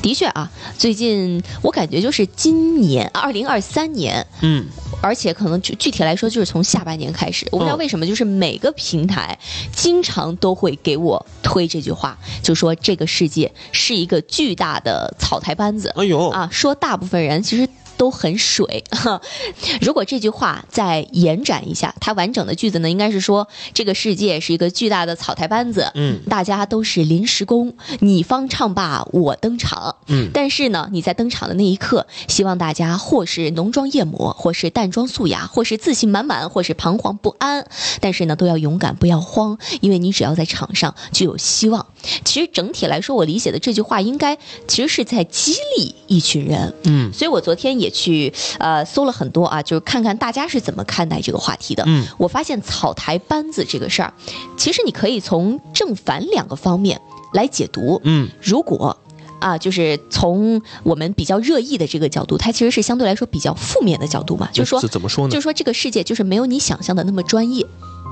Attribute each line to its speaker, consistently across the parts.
Speaker 1: 的确啊，最近我感觉就是今年二零二三年，
Speaker 2: 嗯，
Speaker 1: 而且可能具具体来说就是从下半年开始，我不知道为什么，就是每个平台经常都会给我推这句话，就说这个世界是一个巨大的草台班子
Speaker 2: 哎呦，
Speaker 1: 啊，说大部分人其实。都很水。 如果这句话再延展一下，它完整的句子呢，应该是说这个世界是一个巨大的草台班子，
Speaker 2: 嗯
Speaker 1: 大家都是临时工，你方唱罢我登场。
Speaker 2: 嗯，
Speaker 1: 但是呢，你在登场的那一刻，希望大家或是浓妆艳抹，或是淡妆素雅，或是自信满满，或是彷徨不安。但是呢，都要勇敢，不要慌，因为你只要在场上就有希望。其实整体来说，我理解的这句话应该其实是在激励一群人。
Speaker 2: 嗯
Speaker 1: 所以我昨天也去呃搜了很多啊，就是看看大家是怎么看待这个话题的。
Speaker 2: 嗯，
Speaker 1: 我发现草台班子这个事儿，其实你可以从正反两个方面来解读。
Speaker 2: 嗯
Speaker 1: 如果啊，就是从我们比较热议的这个角度，它其实是相对来说比较负面的角度嘛，就是说，
Speaker 2: 这怎么说呢？
Speaker 1: 就是说这个世界就是没有你想象的那么专业，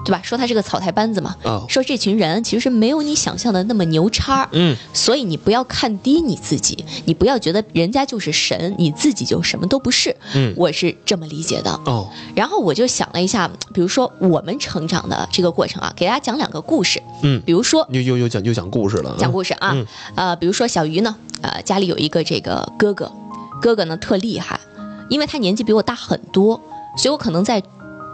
Speaker 1: 对吧？说它是个草台班子嘛，
Speaker 2: 啊，
Speaker 1: 说这群人其实没有你想象的那么牛叉儿，
Speaker 2: 嗯
Speaker 1: 所以你不要看低你自己，你不要觉得人家就是神，你自己就什么都不是。
Speaker 2: 嗯，
Speaker 1: 我是这么理解的。
Speaker 2: 哦，
Speaker 1: 然后我就想了一下，比如说我们成长的这个过程啊，给大家讲两个故事。
Speaker 2: 嗯
Speaker 1: 比如说
Speaker 2: 又又又讲又讲故事了啊，
Speaker 1: 讲故事啊，
Speaker 2: 嗯
Speaker 1: 呃，比如说小鱼呢，呃，家里有一个这个哥哥，哥哥呢特厉害，因为他年纪比我大很多，所以我可能在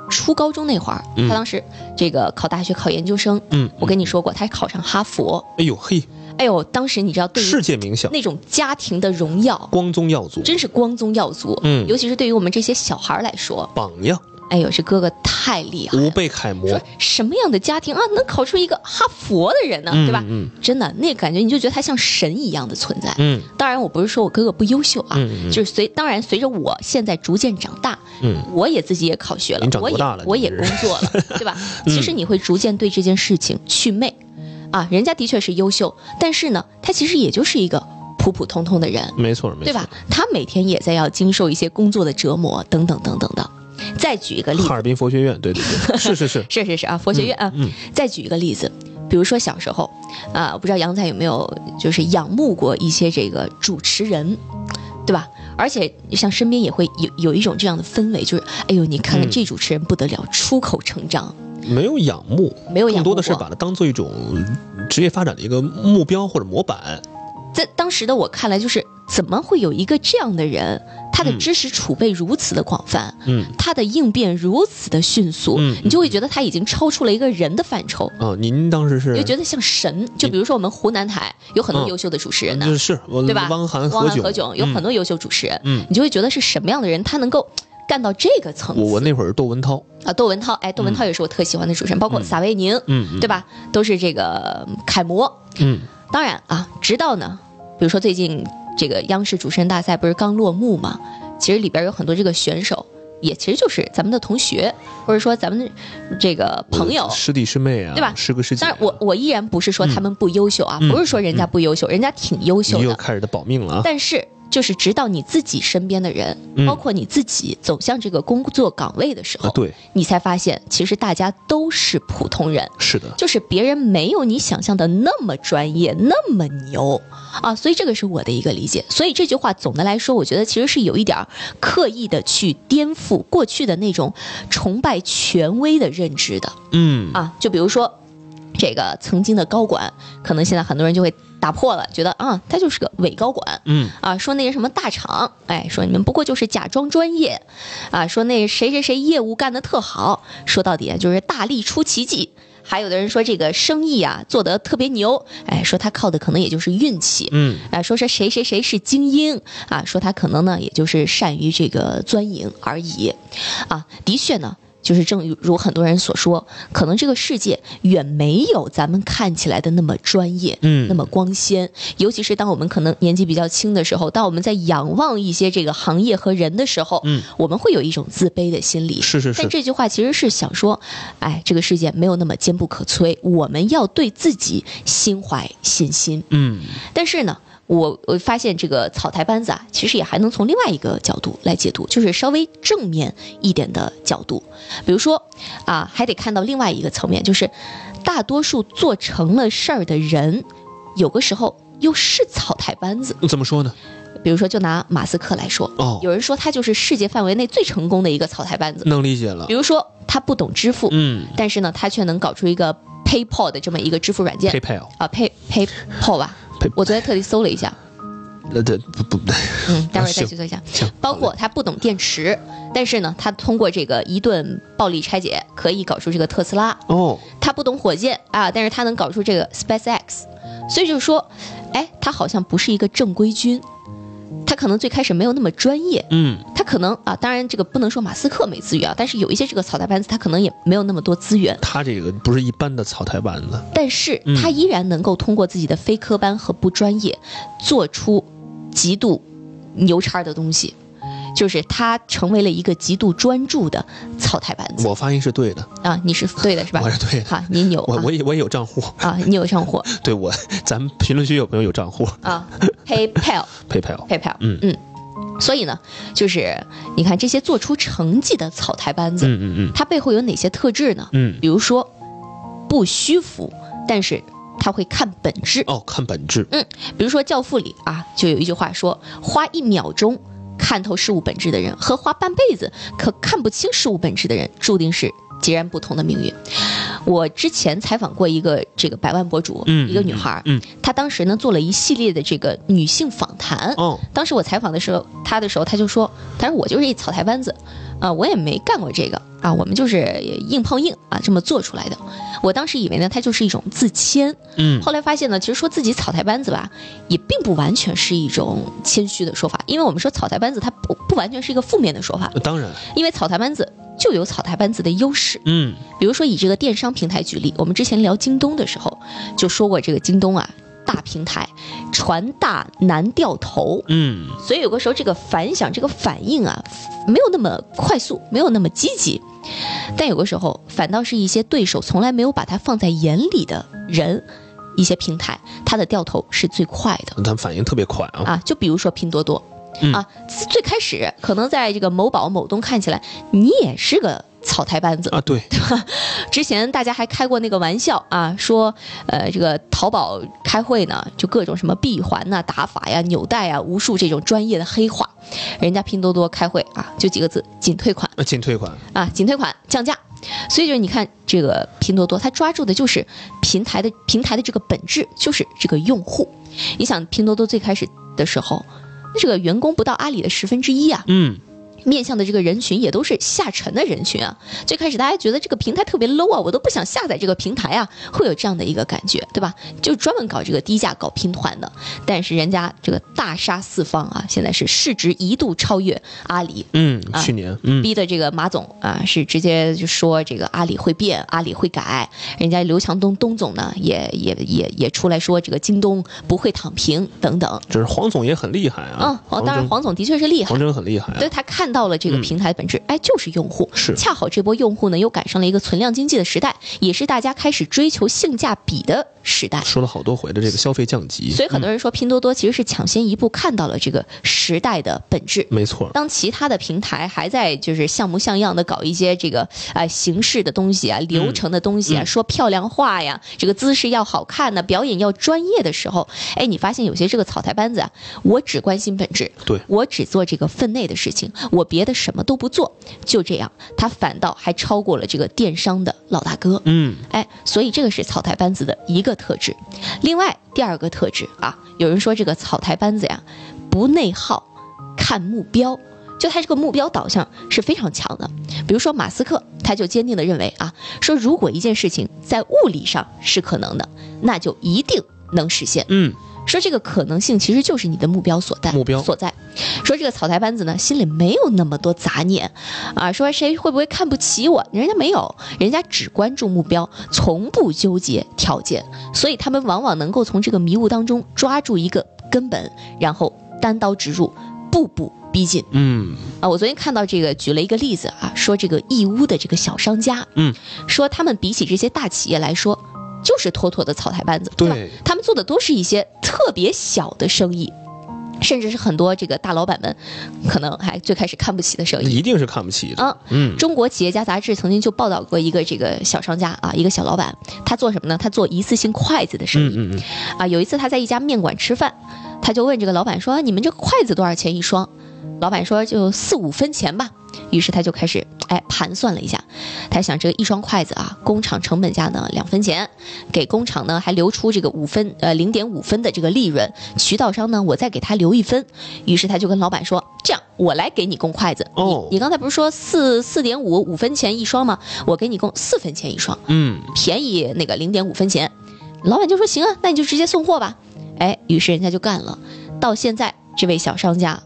Speaker 1: 初高中那会儿，
Speaker 2: 嗯
Speaker 1: 他当时这个考大学考研究生，
Speaker 2: 嗯，
Speaker 1: 我跟你说过，他考上哈佛，
Speaker 2: 哎呦嘿，
Speaker 1: 哎呦，当时你知道对于
Speaker 2: 世界名校，
Speaker 1: 那种家庭的荣耀，
Speaker 2: 光宗耀祖，
Speaker 1: 真是光宗耀祖，
Speaker 2: 嗯
Speaker 1: 尤其是对于我们这些小孩儿来说，
Speaker 2: 榜样，
Speaker 1: 哎呦，这哥哥太厉害
Speaker 2: 吾
Speaker 1: 了。
Speaker 2: 辈楷模
Speaker 1: 哎说，什么样的家庭啊，能考出一个哈佛的人呢？
Speaker 2: 嗯
Speaker 1: 对吧？
Speaker 2: 嗯
Speaker 1: 真的，那感觉你就觉得他像神一样的存在。
Speaker 2: 嗯
Speaker 1: 当然，我不是说我哥哥不优秀啊，
Speaker 2: 嗯嗯
Speaker 1: 就是随当然随着我现在逐渐长大，
Speaker 2: 嗯，
Speaker 1: 我也自己也考学了
Speaker 2: 您，长
Speaker 1: 我
Speaker 2: 多
Speaker 1: 也
Speaker 2: 大了
Speaker 1: 我
Speaker 2: 您
Speaker 1: 也
Speaker 2: 这
Speaker 1: 工作了， 对吧？
Speaker 2: 嗯
Speaker 1: 其实你会逐渐对这件事情祛魅，啊，人家的确是优秀，但是呢，他其实也就是一个普普通通的人，
Speaker 2: 没错没错，
Speaker 1: 对吧？？他每天也在要经受一些工作的折磨，等等等等的。再举一个例
Speaker 2: 哈
Speaker 1: 子，
Speaker 2: 尔滨佛学院，对对 对，是是是，
Speaker 1: 是是是啊，佛学院啊，
Speaker 2: 嗯
Speaker 1: 再举一个例子，比如说小时候，啊、我不知道杨仔有没有就是仰慕过一些这个主持人，对吧？而且像身边也会有有一种这样的氛围，就是哎呦，你看看
Speaker 2: 嗯
Speaker 1: 这主持人不得了，出口成章，
Speaker 2: 没有仰慕，
Speaker 1: 没有仰
Speaker 2: 更
Speaker 1: 慕
Speaker 2: 多的是
Speaker 1: 过
Speaker 2: 把它当做一种职业发展的一个目标或者模板。
Speaker 1: 在当时的我看来，就是怎么会有一个这样的人，他的
Speaker 2: 嗯
Speaker 1: 知识储备如此的广泛，
Speaker 2: 嗯
Speaker 1: 他的应变如此的迅速，
Speaker 2: 嗯
Speaker 1: 你就会觉得他已经超出了一个人的范畴。
Speaker 2: 啊，您当时是
Speaker 1: 你就觉得像神，就比如说我们湖南台有很多
Speaker 2: 嗯
Speaker 1: 优秀的主持人呢、啊
Speaker 2: 嗯是我
Speaker 1: 对吧
Speaker 2: 汪涵、
Speaker 1: 汪涵、
Speaker 2: 炅、
Speaker 1: 何炅有很
Speaker 2: 多。
Speaker 1: 多优秀主持人，
Speaker 2: 嗯，
Speaker 1: 你就会觉得是什么样的人他能够干到这个层
Speaker 2: 我我
Speaker 1: 次
Speaker 2: 那会儿是窦文涛，
Speaker 1: 啊？窦文涛，哎，窦文涛也是我特喜欢的主持人，包括撒贝宁，
Speaker 2: 嗯嗯
Speaker 1: 对吧？都是这个楷模。
Speaker 2: 嗯
Speaker 1: 当然啊，直到呢，比如说最近这个央视主持人大赛不是刚落幕嘛，其实里边有很多这个选手。也其实就是咱们的同学，或者说咱们的这个朋友
Speaker 2: 我，师弟师妹啊，
Speaker 1: 对吧
Speaker 2: 师哥师姐
Speaker 1: 当
Speaker 2: 啊，
Speaker 1: 然我，我依然不是说他们不优秀啊，
Speaker 2: 嗯
Speaker 1: 不是说人家不优秀，人家挺优秀
Speaker 2: 你又
Speaker 1: 的。
Speaker 2: 开始他保命了啊！
Speaker 1: 但是，就是直到你自己身边的人，
Speaker 2: 嗯
Speaker 1: 包括你自己走向这个工作岗位的时候，
Speaker 2: 啊，对，
Speaker 1: 你才发现，其实大家都是普通人，
Speaker 2: 是的，
Speaker 1: 就是别人没有你想象的那么专业，那么牛啊。所以这个是我的一个理解。所以这句话总的来说，我觉得其实是有一点儿刻意的去颠覆过去的那种崇拜权威的认知的。
Speaker 2: 嗯
Speaker 1: 啊，就比如说这个曾经的高管，可能现在很多人就会打破了，觉得啊，他就是个伪高管。
Speaker 2: 嗯
Speaker 1: 啊，说那些什么大厂，哎，说你们不过就是假装专业，啊，说那谁谁谁业务干得特好，说到底啊就是大力出奇迹，还有的人说这个生意啊做得特别牛，哎，说他靠的可能也就是运气。
Speaker 2: 嗯，
Speaker 1: 啊，说是谁谁谁是精英啊，说他可能呢也就是善于这个钻营而已，啊，的确呢。就是正如很多人所说，可能这个世界远没有咱们看起来的那么专业，
Speaker 2: 嗯
Speaker 1: 那么光鲜。尤其是当我们可能年纪比较轻的时候，当我们在仰望一些这个行业和人的时候，
Speaker 2: 嗯，
Speaker 1: 我们会有一种自卑的心理。
Speaker 2: 是是
Speaker 1: 但
Speaker 2: 是，
Speaker 1: 这句话其实是想说，哎，这个世界没有那么坚不可摧，我们要对自己心怀信心。
Speaker 2: 嗯
Speaker 1: 但是呢，我我发现这个草台班子啊，其实也还能从另外一个角度来解读，就是稍微正面一点的角度。比如说啊，还得看到另外一个层面，就是大多数做成了事儿的人，有个时候又是草台班子。
Speaker 2: 怎么说呢？
Speaker 1: 比如说，就拿马斯克来说，
Speaker 2: 哦，
Speaker 1: 有人说他就是世界范围内最成功的一个草台班子。
Speaker 2: 能理解了
Speaker 1: 比。如说，他不懂支付，
Speaker 2: 嗯
Speaker 1: 但是呢，他却能搞出一个 PayPal 的这么一个支付软件
Speaker 2: ，PayPal，
Speaker 1: 啊，Pay PayPal 吧
Speaker 2: Pay-。
Speaker 1: 我昨天特地搜了一下，
Speaker 2: 那这呃不不，
Speaker 1: 嗯，待会儿
Speaker 2: 啊
Speaker 1: 再
Speaker 2: 行
Speaker 1: 去做一下。
Speaker 2: 行，
Speaker 1: 包括他不懂电池，但是呢，他通过这个一顿暴力拆解，可以搞出这个特斯拉。
Speaker 2: 哦，
Speaker 1: 他不懂火箭啊，但是他能搞出这个 SpaceX。所以就是说，哎，他好像不是一个正规军，他可能最开始没有那么专业，
Speaker 2: 嗯
Speaker 1: 他可能啊，当然这个不能说马斯克没资源啊，但是有一些这个草台班子，他可能也没有那么多资源，
Speaker 2: 他这个不是一般的草台班子，
Speaker 1: 但是
Speaker 2: 嗯
Speaker 1: 他依然能够通过自己的非科班和不专业，做出极度牛叉的东西，就是他成为了一个极度专注的草台班子
Speaker 2: 我发音是对的，
Speaker 1: 啊！你是对的是吧？
Speaker 2: 我是对的，
Speaker 1: 好，你有
Speaker 2: 我
Speaker 1: 啊
Speaker 2: 我也我也有账户，
Speaker 1: 啊，你有上火
Speaker 2: 对我，咱们评论区有朋友有账户
Speaker 1: 啊，PayPal
Speaker 2: PayPal？
Speaker 1: PayPal，
Speaker 2: 嗯
Speaker 1: 嗯，所以呢，就是你看这些做出成绩的草台班子，
Speaker 2: 嗯嗯
Speaker 1: 它背后有哪些特质呢？
Speaker 2: 嗯嗯，
Speaker 1: 比如说不虚浮，但是他会看本质。
Speaker 2: 哦，看本质，
Speaker 1: 比如说《教父》里啊，就有一句话说：“花一秒钟看透事物本质的人，和花半辈子可看不清事物本质的人，注定是截然不同的命运。”我之前采访过一个这个百万博主，
Speaker 2: 嗯，
Speaker 1: 一个女孩儿，
Speaker 2: 嗯，
Speaker 1: 她当时呢做了一系列的这个女性访谈。
Speaker 2: 哦，
Speaker 1: 当时我采访的时候，她的时候，她就说：“她说我就是一草台班子，啊、我也没干过这个啊，我们就是硬碰硬啊这么做出来的。”我当时以为呢，她就是一种自谦，
Speaker 2: 嗯，
Speaker 1: 后来发现呢，其实说自己草台班子吧，也并不完全是一种谦虚的说法，因为我们说草台班子，它不不完全是一个负面的说法，
Speaker 2: 当然，
Speaker 1: 因为草台班子就有草台班子的优势。
Speaker 2: 嗯
Speaker 1: 比如说以这个电商平台举例，我们之前聊京东的时候就说过，这个京东啊，大平台，船大难掉头，
Speaker 2: 嗯
Speaker 1: 所以有个时候这个反响、这个反应啊，没有那么快速，没有那么积极。但有个时候，反倒是一些对手从来没有把它放在眼里的人，一些平台，它的掉头是最快的
Speaker 2: 他们反应特别快啊，
Speaker 1: 啊。就比如说拼多多，
Speaker 2: 嗯
Speaker 1: 啊，最开始可能在这个某宝、某东看起来，你也是个草台班子，
Speaker 2: 啊，对，
Speaker 1: 之前大家还开过那个玩笑啊，说呃这个淘宝开会呢，就各种什么闭环呐、打法呀、纽带呀，无数这种专业的黑话。人家拼多多开会啊，就几个字：仅退款
Speaker 2: 那进退款，
Speaker 1: 啊，仅退款降价。所以就是你看这个拼多多，它抓住的就是平台的平台的这个本质，就是这个用户。你想拼多多最开始的时候，那这个员工不到阿里的十分之一啊，
Speaker 2: 嗯
Speaker 1: 面向的这个人群也都是下沉的人群啊。最开始大家觉得这个平台特别 low 啊，我都不想下载这个平台啊，会有这样的一个感觉，对吧？就专门搞这个低价、搞拼团的。但是人家这个大杀四方啊，现在是市值一度超越阿里。
Speaker 2: 嗯
Speaker 1: 啊，
Speaker 2: 去年，嗯
Speaker 1: 逼的这个马总啊，是直接就说这个阿里会变，阿里会改。人家刘强东东总呢，也也也也出来说这个京东不会躺平等等。
Speaker 2: 就是黄总也很厉害
Speaker 1: 嗯
Speaker 2: 啊，，
Speaker 1: 黄当然
Speaker 2: 黄
Speaker 1: 黄总的确是厉
Speaker 2: 峥
Speaker 1: 害
Speaker 2: 黄，峥很厉害啊
Speaker 1: 对，他看到了这个平台的本质，哎，就是用户。
Speaker 2: 是
Speaker 1: 恰好这波用户呢，又赶上了一个存量经济的时代，也是大家开始追求性价比的时代。
Speaker 2: 说了好多回的这个消费降级，
Speaker 1: 所以很多人说，拼多多其实是抢先一步看到了这个时代的本质。
Speaker 2: 没错，
Speaker 1: 当其他的平台还在就是像模像样的搞一些这个呃形式的东西啊、流程的东西啊，
Speaker 2: 嗯
Speaker 1: 说漂亮话呀，这个姿势要好看呢、表演要专业的时候，哎，你发现有些这个草台班子啊，我只关心本质，
Speaker 2: 对
Speaker 1: 我只做这个分内的事情，我别的什么都不做，就这样，他反倒还超过了这个电商的老大哥。
Speaker 2: 嗯
Speaker 1: 哎，所以这个是草台班子的一个特质。另外，第二个特质啊，有人说这个草台班子呀，不内耗，看目标。就他这个目标导向是非常强的。比如说马斯克，他就坚定的认为啊，说如果一件事情在物理上是可能的，那就一定能实现。
Speaker 2: 嗯，
Speaker 1: 说这个可能性其实就是你的目标所在，
Speaker 2: 目标
Speaker 1: 所在。说这个草台班子呢，心里没有那么多杂念，啊，说谁会不会看不起我，人家没有，人家只关注目标，从不纠结条件，所以他们往往能够从这个迷雾当中抓住一个根本，然后单刀直入，步步逼近。
Speaker 2: 嗯，
Speaker 1: 啊，我昨天看到这个举了一个例子啊，说这个义乌的这个小商家，
Speaker 2: 嗯，
Speaker 1: 说他们比起这些大企业来说，就是妥妥的草台班子，吧？
Speaker 2: 对，
Speaker 1: 他们做的都是一些特别小的生意，甚至是很多这个大老板们可能还最开始看不起的生
Speaker 2: 那
Speaker 1: 意。
Speaker 2: 一定是看不起的。
Speaker 1: 啊，
Speaker 2: 嗯，
Speaker 1: 中国企业家杂志曾经就报道过一个这个小商家啊，一个小老板，他做什么呢？他做一次性筷子的生
Speaker 2: 嗯
Speaker 1: 意、
Speaker 2: 嗯嗯，
Speaker 1: 啊。有一次他在一家面馆吃饭，他就问这个老板说：“你们这个筷子多少钱一双？”老板说：“就四五分钱吧。”于是他就开始哎盘算了一下，他想这个一双筷子啊，工厂成本价呢两分钱，给工厂呢还留出这个五分呃零点五分的这个利润，渠道商呢我再给他留一分。于是他就跟老板说：“这样我来给你供筷子，
Speaker 2: 哦
Speaker 1: 你你刚才不是说四四点五五分钱一双吗？我给你供四分钱一双。
Speaker 2: 嗯，
Speaker 1: 便宜那个零点五分钱。老板就说行啊，那你就直接送货吧。哎，于是人家就干了。到现在，这位小商家，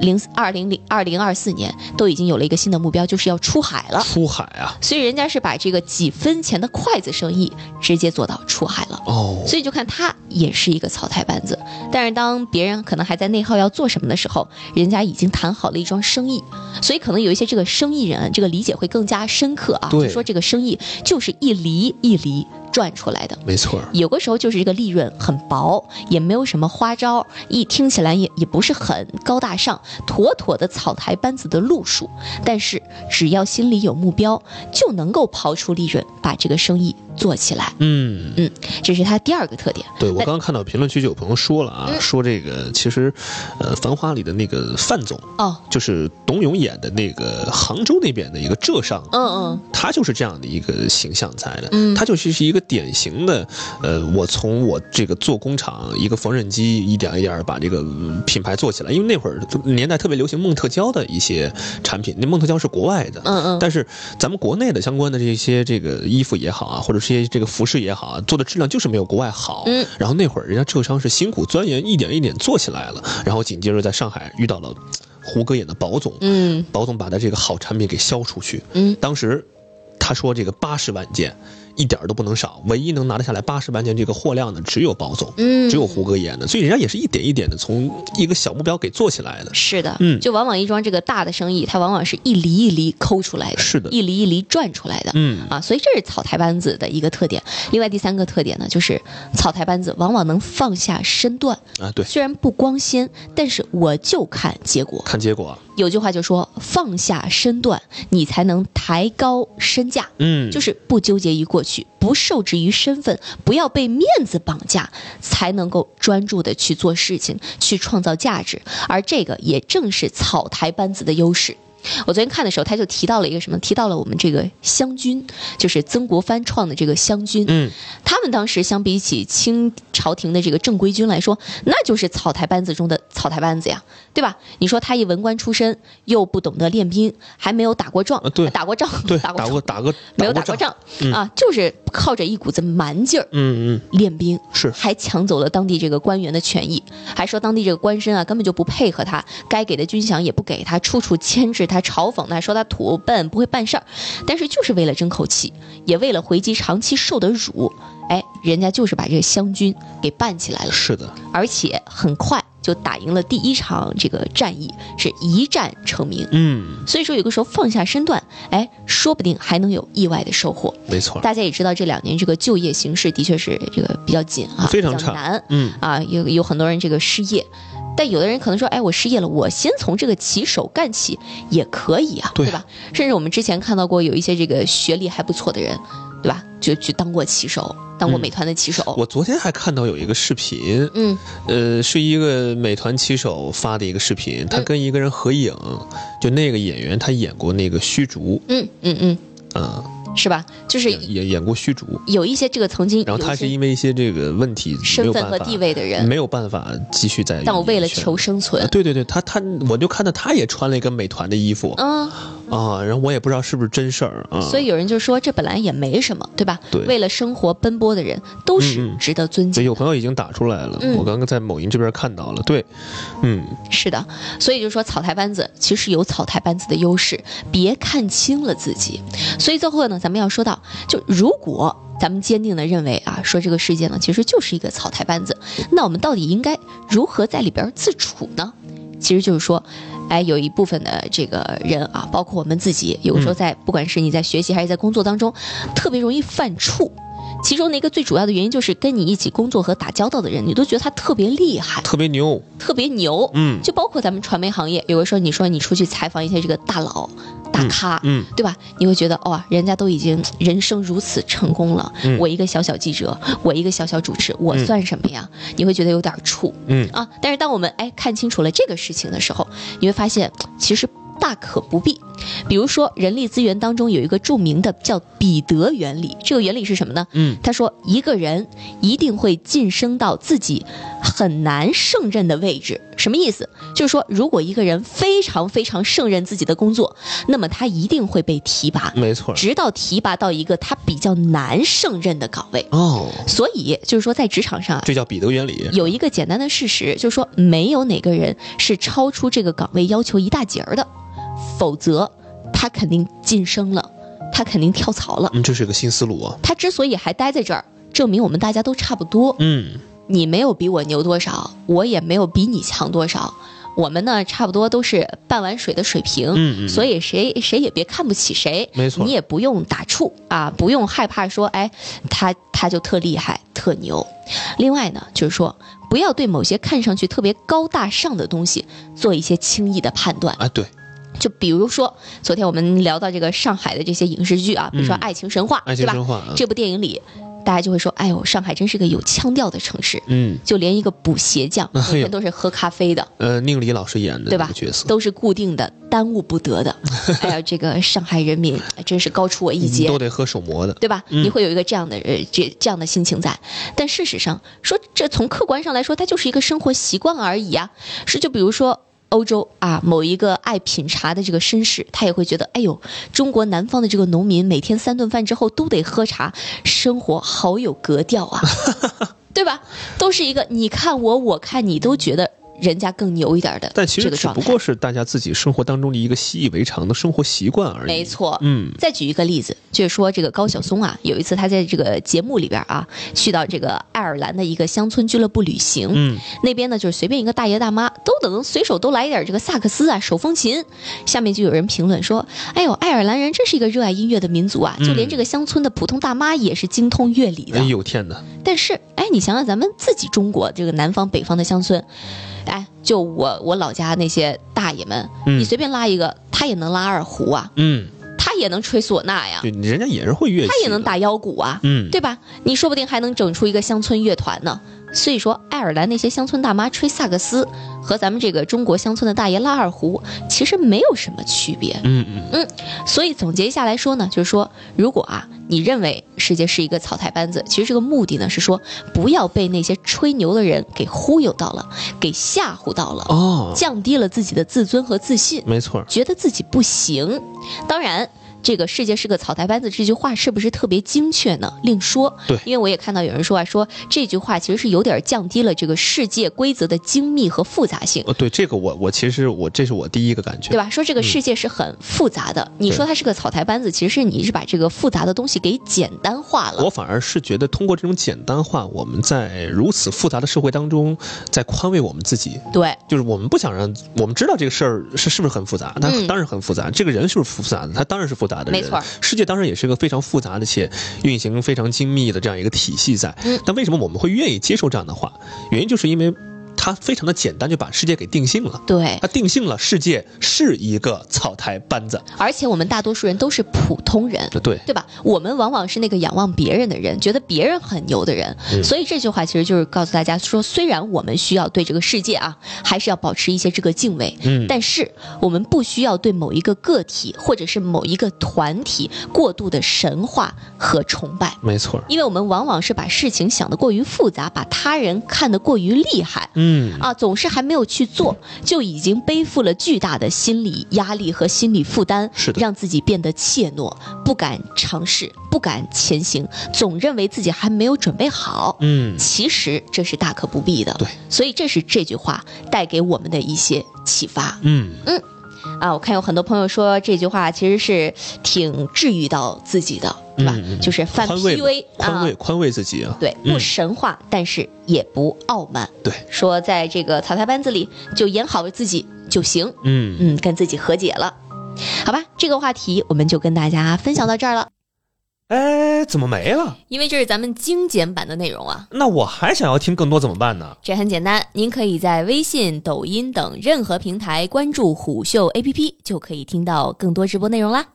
Speaker 1: 零二零零二零二四年都已经有了一个新的目标，就是要出海了。
Speaker 2: 出海啊，
Speaker 1: 所以人家是把这个几分钱的筷子生意直接做到出海了。
Speaker 2: 哦，
Speaker 1: 所以就看他也是一个草台班子，但是当别人可能还在内耗要做什么的时候，人家已经谈好了一桩生意，所以可能有一些这个生意人啊这个理解会更加深刻啊，
Speaker 2: 对
Speaker 1: 就说这个生意就是一厘一厘赚出来的。
Speaker 2: 没错儿，
Speaker 1: 有个时候就是这个利润很薄，也没有什么花招，一听起来也也不是很高大上，妥妥的草台班子的路数。但是只要心里有目标，就能够刨出利润，把这个生意做起来。
Speaker 2: 嗯。
Speaker 1: 嗯，这是他第二个特点。
Speaker 2: 对，我
Speaker 1: 那
Speaker 2: 刚刚看到评论区就有朋友说了啊，
Speaker 1: 嗯
Speaker 2: 说这个其实，呃，《繁花》里的那个范总，
Speaker 1: 哦，
Speaker 2: 就是董永演的那个杭州那边的一个浙商，
Speaker 1: 嗯嗯
Speaker 2: 他就是这样的一个形象在的，
Speaker 1: 嗯
Speaker 2: 他就是是一个典型的，呃，我从我这个做工厂一个缝纫机一点一点把这个嗯品牌做起来，因为那会儿年代特别流行梦特娇的一些产品，那梦特娇是国外的，
Speaker 1: 嗯嗯，
Speaker 2: 但是咱们国内的相关的这些这个衣服也好啊，或者是些这个服饰也好啊，做的质量就是没有国外好。
Speaker 1: 嗯，
Speaker 2: 然后那会儿人家浙商是辛苦钻研，一点一点做起来了，然后紧接着在上海遇到了胡歌演的宝总，
Speaker 1: 嗯
Speaker 2: 宝总把他这个好产品给销出去。
Speaker 1: 嗯，
Speaker 2: 当时他说这个八十万件，一点儿都不能少，唯一能拿得下来八十万件这个货量的只有宝总，
Speaker 1: 嗯，
Speaker 2: 只有胡歌演的，所以人家也是一点一点的从一个小目标给做起来的。
Speaker 1: 是的，
Speaker 2: 嗯
Speaker 1: 就往往一桩这个大的生意，它往往是一厘一厘抠出来的，
Speaker 2: 是的
Speaker 1: 一厘一厘赚出来的，
Speaker 2: 嗯，
Speaker 1: 啊，所以这是草台班子的一个特点。另外第三个特点呢，就是草台班子往往能放下身段，
Speaker 2: 啊，对，
Speaker 1: 虽然不光鲜，但是我就看结果。
Speaker 2: 看结果，啊
Speaker 1: 有句话就说，放下身段，你才能抬高身价。
Speaker 2: 嗯，
Speaker 1: 就是不纠结于过去，不受制于身份，不要被面子绑架，才能够专注的去做事情，去创造价值。而这个也正是草台班子的优势。我昨天看的时候，他就提到了一个什么？提到了我们这个湘军，就是曾国藩创的这个湘军。
Speaker 2: 嗯，
Speaker 1: 他们当时相比起清朝廷的这个正规军来说，那就是草台班子中的草台班子呀，对吧？你说他一文官出身，又不懂得练兵，还没有打过仗，
Speaker 2: 啊对
Speaker 1: 打过仗，
Speaker 2: 对， 打
Speaker 1: 打过仗
Speaker 2: 过打过
Speaker 1: 没有打过
Speaker 2: 仗，
Speaker 1: 仗、啊，就是靠着一股子蛮劲儿
Speaker 2: 嗯嗯，
Speaker 1: 练兵，
Speaker 2: 是
Speaker 1: 还抢走了当地这个官员的权益，还说当地这个官绅啊根本就不配合他，该给的军饷也不给他，处处牵制他、嘲讽他，说他土笨不会办事儿，但是就是为了争口气，也为了回击长期受的辱，哎，人家就是把这个湘军给办起来了，
Speaker 2: 嗯是的，
Speaker 1: 而且很快就打赢了第一场这个战役，是一战成名。
Speaker 2: 嗯，
Speaker 1: 所以说，有个时候放下身段，哎，说不定还能有意外的收获。
Speaker 2: 没错，
Speaker 1: 大家也知道，这两年这个就业形势的确是这个比较紧啊，
Speaker 2: 非常
Speaker 1: 比较
Speaker 2: 差
Speaker 1: 难
Speaker 2: 嗯，
Speaker 1: 啊，有有很多人这个失业。但有的人可能说，哎，我失业了，我先从这个起手干起也可以啊，
Speaker 2: 对
Speaker 1: 对吧？甚至我们之前看到过有一些这个学历还不错的人，对吧？就去当过骑手，当过
Speaker 2: 嗯
Speaker 1: 美团的骑手。
Speaker 2: 我昨天还看到有一个视频，
Speaker 1: 嗯
Speaker 2: 呃，是一个美团骑手发的一个视频，他
Speaker 1: 嗯
Speaker 2: 跟一个人合影，就那个演员他演过那个虚竹，
Speaker 1: 嗯嗯嗯，
Speaker 2: 啊，
Speaker 1: 是吧？就是
Speaker 2: 演演演过虚竹，
Speaker 1: 哎有一些这个曾经
Speaker 2: 然后他
Speaker 1: 有一些
Speaker 2: 是因为一些这个问题没
Speaker 1: 身
Speaker 2: 有
Speaker 1: 份
Speaker 2: 办
Speaker 1: 和
Speaker 2: 法
Speaker 1: 地位的人，
Speaker 2: 没有办法继续在演艺圈。
Speaker 1: 但我为了求生
Speaker 2: 啊
Speaker 1: 存，
Speaker 2: 对对对，他他我就看到他也穿了一个美团的衣服
Speaker 1: 嗯，
Speaker 2: 啊，然后我也不知道是不是真事儿啊。
Speaker 1: 所以有人就说这本来也没什么，对吧？
Speaker 2: 对
Speaker 1: 为了生活奔波的人都
Speaker 2: 嗯
Speaker 1: 是
Speaker 2: 嗯
Speaker 1: 值得尊
Speaker 2: 所
Speaker 1: 敬
Speaker 2: 以有朋友已经打出来了，
Speaker 1: 嗯
Speaker 2: 我刚刚在某音这边看到了。对，嗯，
Speaker 1: 是的，所以就说草台班子其实有草台班子的优势，别看清了自己。所以最后呢，咱们要说到，就如果咱们坚定的认为啊，说这个世界呢其实就是一个草台班子，那我们到底应该如何在里边自处呢？其实就是说，哎，有一部分的这个人啊，包括我们自己，有时候在、不管是你在学习还是在工作当中，特别容易犯怵。其中的一个最主要的原因就是跟你一起工作和打交道的人，你都觉得他特别厉害，
Speaker 2: 特别牛，
Speaker 1: 特别牛，
Speaker 2: 嗯
Speaker 1: 就包括咱们传媒行业，有的时候你说你出去采访一些这个大佬、大咖，
Speaker 2: 嗯，
Speaker 1: 对吧？你会觉得哇、人家都已经人生如此成功了，
Speaker 2: 嗯
Speaker 1: 我一个小小记者，我一个小小主持，我
Speaker 2: 嗯
Speaker 1: 算什么呀？你会觉得有点怵，
Speaker 2: 嗯
Speaker 1: 啊。但是当我们哎看清楚了这个事情的时候，你会发现其实。大可不必。比如说，人力资源当中有一个著名的叫彼得原理，这个原理是什么呢？
Speaker 2: 嗯
Speaker 1: 他说，一个人一定会晋升到自己很难胜任的位置。什么意思？就是说，如果一个人非常非常胜任自己的工作，那么他一定会被提拔，
Speaker 2: 没错儿。
Speaker 1: 直到提拔到一个他比较难胜任的岗位。
Speaker 2: 哦，
Speaker 1: 所以，就是说，在职场上啊，
Speaker 2: 这叫彼得原理。
Speaker 1: 有一个简单的事实，就是说，没有哪个人是超出这个岗位要求一大截儿的，否则他肯定晋升了，他肯定跳槽了。
Speaker 2: 嗯，这是个新思路啊。
Speaker 1: 他之所以还待在这儿，证明我们大家都差不多。
Speaker 2: 嗯，
Speaker 1: 你没有比我牛多少，我也没有比你强多少，我们呢差不多都是半碗水的水平。
Speaker 2: 嗯嗯
Speaker 1: 所以谁谁也别看不起谁，
Speaker 2: 没错
Speaker 1: 你也不用打怵啊，不用害怕说，哎，他他就特厉害、特牛。另外呢，就是说，不要对某些看上去特别高大上的东西做一些轻易的判断。
Speaker 2: 啊，对，《
Speaker 1: 就比如说，昨天我们聊到这个上海的这些影视剧啊，比如说《
Speaker 2: 嗯
Speaker 1: 爱情神话》，
Speaker 2: 爱
Speaker 1: 对
Speaker 2: 情
Speaker 1: 吧？
Speaker 2: 神话》啊
Speaker 1: 这部电影里，大家就会说：“哎呦，上海真是个有腔调的城市。
Speaker 2: 嗯”
Speaker 1: 就连一个补鞋匠，
Speaker 2: 哎
Speaker 1: 每
Speaker 2: 呦
Speaker 1: 天都是喝咖啡的，
Speaker 2: 呃，宁理老师演的那
Speaker 1: 对吧
Speaker 2: 个角色，
Speaker 1: 都是固定的，耽误不得 的。哎呀，这个上海人民哎真是高出我一
Speaker 2: 嗯
Speaker 1: 截
Speaker 2: 都，得喝手磨的。
Speaker 1: 对吧？你会有一个这样的呃这这样的心情在。但事实上，说这从客观上来说，它就是一个生活习惯而已啊。是就比如说。欧洲啊，某一个爱品茶的这个绅士，他也会觉得，哎呦，中国南方的这个农民每天三顿饭之后都得喝茶，生活好有格 调啊，对吧？都是一个你看我，我看你，都觉得人家更牛一点的
Speaker 2: 但其
Speaker 1: 这
Speaker 2: 实
Speaker 1: 个
Speaker 2: 只
Speaker 1: 状态。
Speaker 2: 不过是大家自己生活当中的一个习以为常的生活习惯而已。
Speaker 1: 没，错，
Speaker 2: 嗯
Speaker 1: 再举一个例子，就是说这个高晓松啊，有一次他在这个节目里边啊，去到这个爱尔兰的一个乡村俱乐部旅行，
Speaker 2: 嗯，
Speaker 1: 那边呢就是随便一个大爷大妈都能随手都来一点这个萨克斯
Speaker 2: 嗯
Speaker 1: 啊、手风琴。下面就有人评论说：“哎呦，爱尔兰人真是一个热爱音乐的民族啊，就连这个乡村的普通大妈也是精通乐理的。
Speaker 2: 嗯哎呦天哪，
Speaker 1: 但是，哎，你想想咱们自己中国这个南方北方的乡村，哎，就我我老家那些大爷们，
Speaker 2: 嗯
Speaker 1: 你随便拉一个，他也能拉二胡啊。
Speaker 2: 嗯，
Speaker 1: 他也能吹唢呐呀，
Speaker 2: 对，人家也是会乐器，
Speaker 1: 他也能，打腰鼓啊，
Speaker 2: 嗯，
Speaker 1: 对吧？你说不定还能整出一个乡村乐团呢。所以说，爱尔兰那些乡村大妈吹萨克斯和咱们这个中国乡村的大爷拉二胡其实没有什么区别。
Speaker 2: 嗯嗯，
Speaker 1: 所以总结一下来说呢，就是说，如果啊你认为世界是一个草台班子，其实这个目的呢是说不要被那些吹牛的人给忽悠到了，给吓唬到了，
Speaker 2: 哦，
Speaker 1: 降低了自己的自尊和自信。
Speaker 2: 没错儿，
Speaker 1: 觉得自己不行。当然，这个世界是个草台班子这句话是不是特别精确呢？另说。
Speaker 2: 对
Speaker 1: 因为我也看到有人说啊，说这句话其实是有点降低了这个世界规则的精密和复杂性。
Speaker 2: 呃，对这个我我其实我这是我第一个感觉，
Speaker 1: 对吧？说这个世界是很复杂的，你说它是个草台班子，其实是你是把这个复杂的东西给简单化了。
Speaker 2: 我反而是觉得，通过这种简单化，我们在如此复杂的社会当中，在宽慰我们自己。
Speaker 1: 对，
Speaker 2: 就是我们不想让我们知道这个事儿是是不是很复杂，它
Speaker 1: 嗯
Speaker 2: 当然很复杂。这个人是不是复杂的？他当然是复杂的人。
Speaker 1: 没错
Speaker 2: 世界当然也是个非常复杂的且运行非常精密的这样一个体系在。
Speaker 1: 嗯
Speaker 2: 但为什么我们会愿意接受这样的话？原因就是因为。它非常的简单就把世界给定性了。
Speaker 1: 对，
Speaker 2: 它定性了世界是一个草台班子。
Speaker 1: 而且我们大多数人都是普通人，
Speaker 2: 对，
Speaker 1: 对吧？我们往往是那个仰望别人的人，觉得别人很牛的人。
Speaker 2: 嗯
Speaker 1: 所以这句话其实就是告诉大家说，虽然我们需要对这个世界啊，还是要保持一些这个敬畏，
Speaker 2: 嗯，
Speaker 1: 但是我们不需要对某一个个体或者是某一个团体过度的神化和崇拜。
Speaker 2: 没错儿，
Speaker 1: 因为我们往往是把事情想得过于复杂，把他人看得过于厉害，
Speaker 2: 嗯，
Speaker 1: 啊，总是还没有去做，就已经背负了巨大的心理压力和心理负担，
Speaker 2: 是的
Speaker 1: 让自己变得怯懦，不敢尝试，不敢前行，总认为自己还没有准备好。
Speaker 2: 嗯，
Speaker 1: 其实这是大可不必的，
Speaker 2: 对，
Speaker 1: 所以这是这句话带给我们的一些启发
Speaker 2: 嗯，
Speaker 1: 啊！我看有很多朋友说这句话其实是挺治愈到自己的，对吧？
Speaker 2: 嗯嗯嗯
Speaker 1: 就是反
Speaker 2: 宽慰嘛
Speaker 1: PUA
Speaker 2: 宽慰
Speaker 1: 啊，
Speaker 2: 宽慰自己啊，
Speaker 1: 对，
Speaker 2: 嗯
Speaker 1: 不神话，但是也不傲慢。
Speaker 2: 对，
Speaker 1: 说在这个草台班子里就演好自己就行，
Speaker 2: 嗯，
Speaker 1: 嗯，跟自己和解了，好吧？这个话题我们就跟大家分享到这儿了，
Speaker 2: 哎，怎么没了？
Speaker 1: 因为这是咱们精简版的内容啊。
Speaker 2: 那我还想要听更多怎么办呢？
Speaker 1: 这很简单，您可以在微信、抖音等任何平台关注虎嗅 APP，就可以听到更多直播内容啦。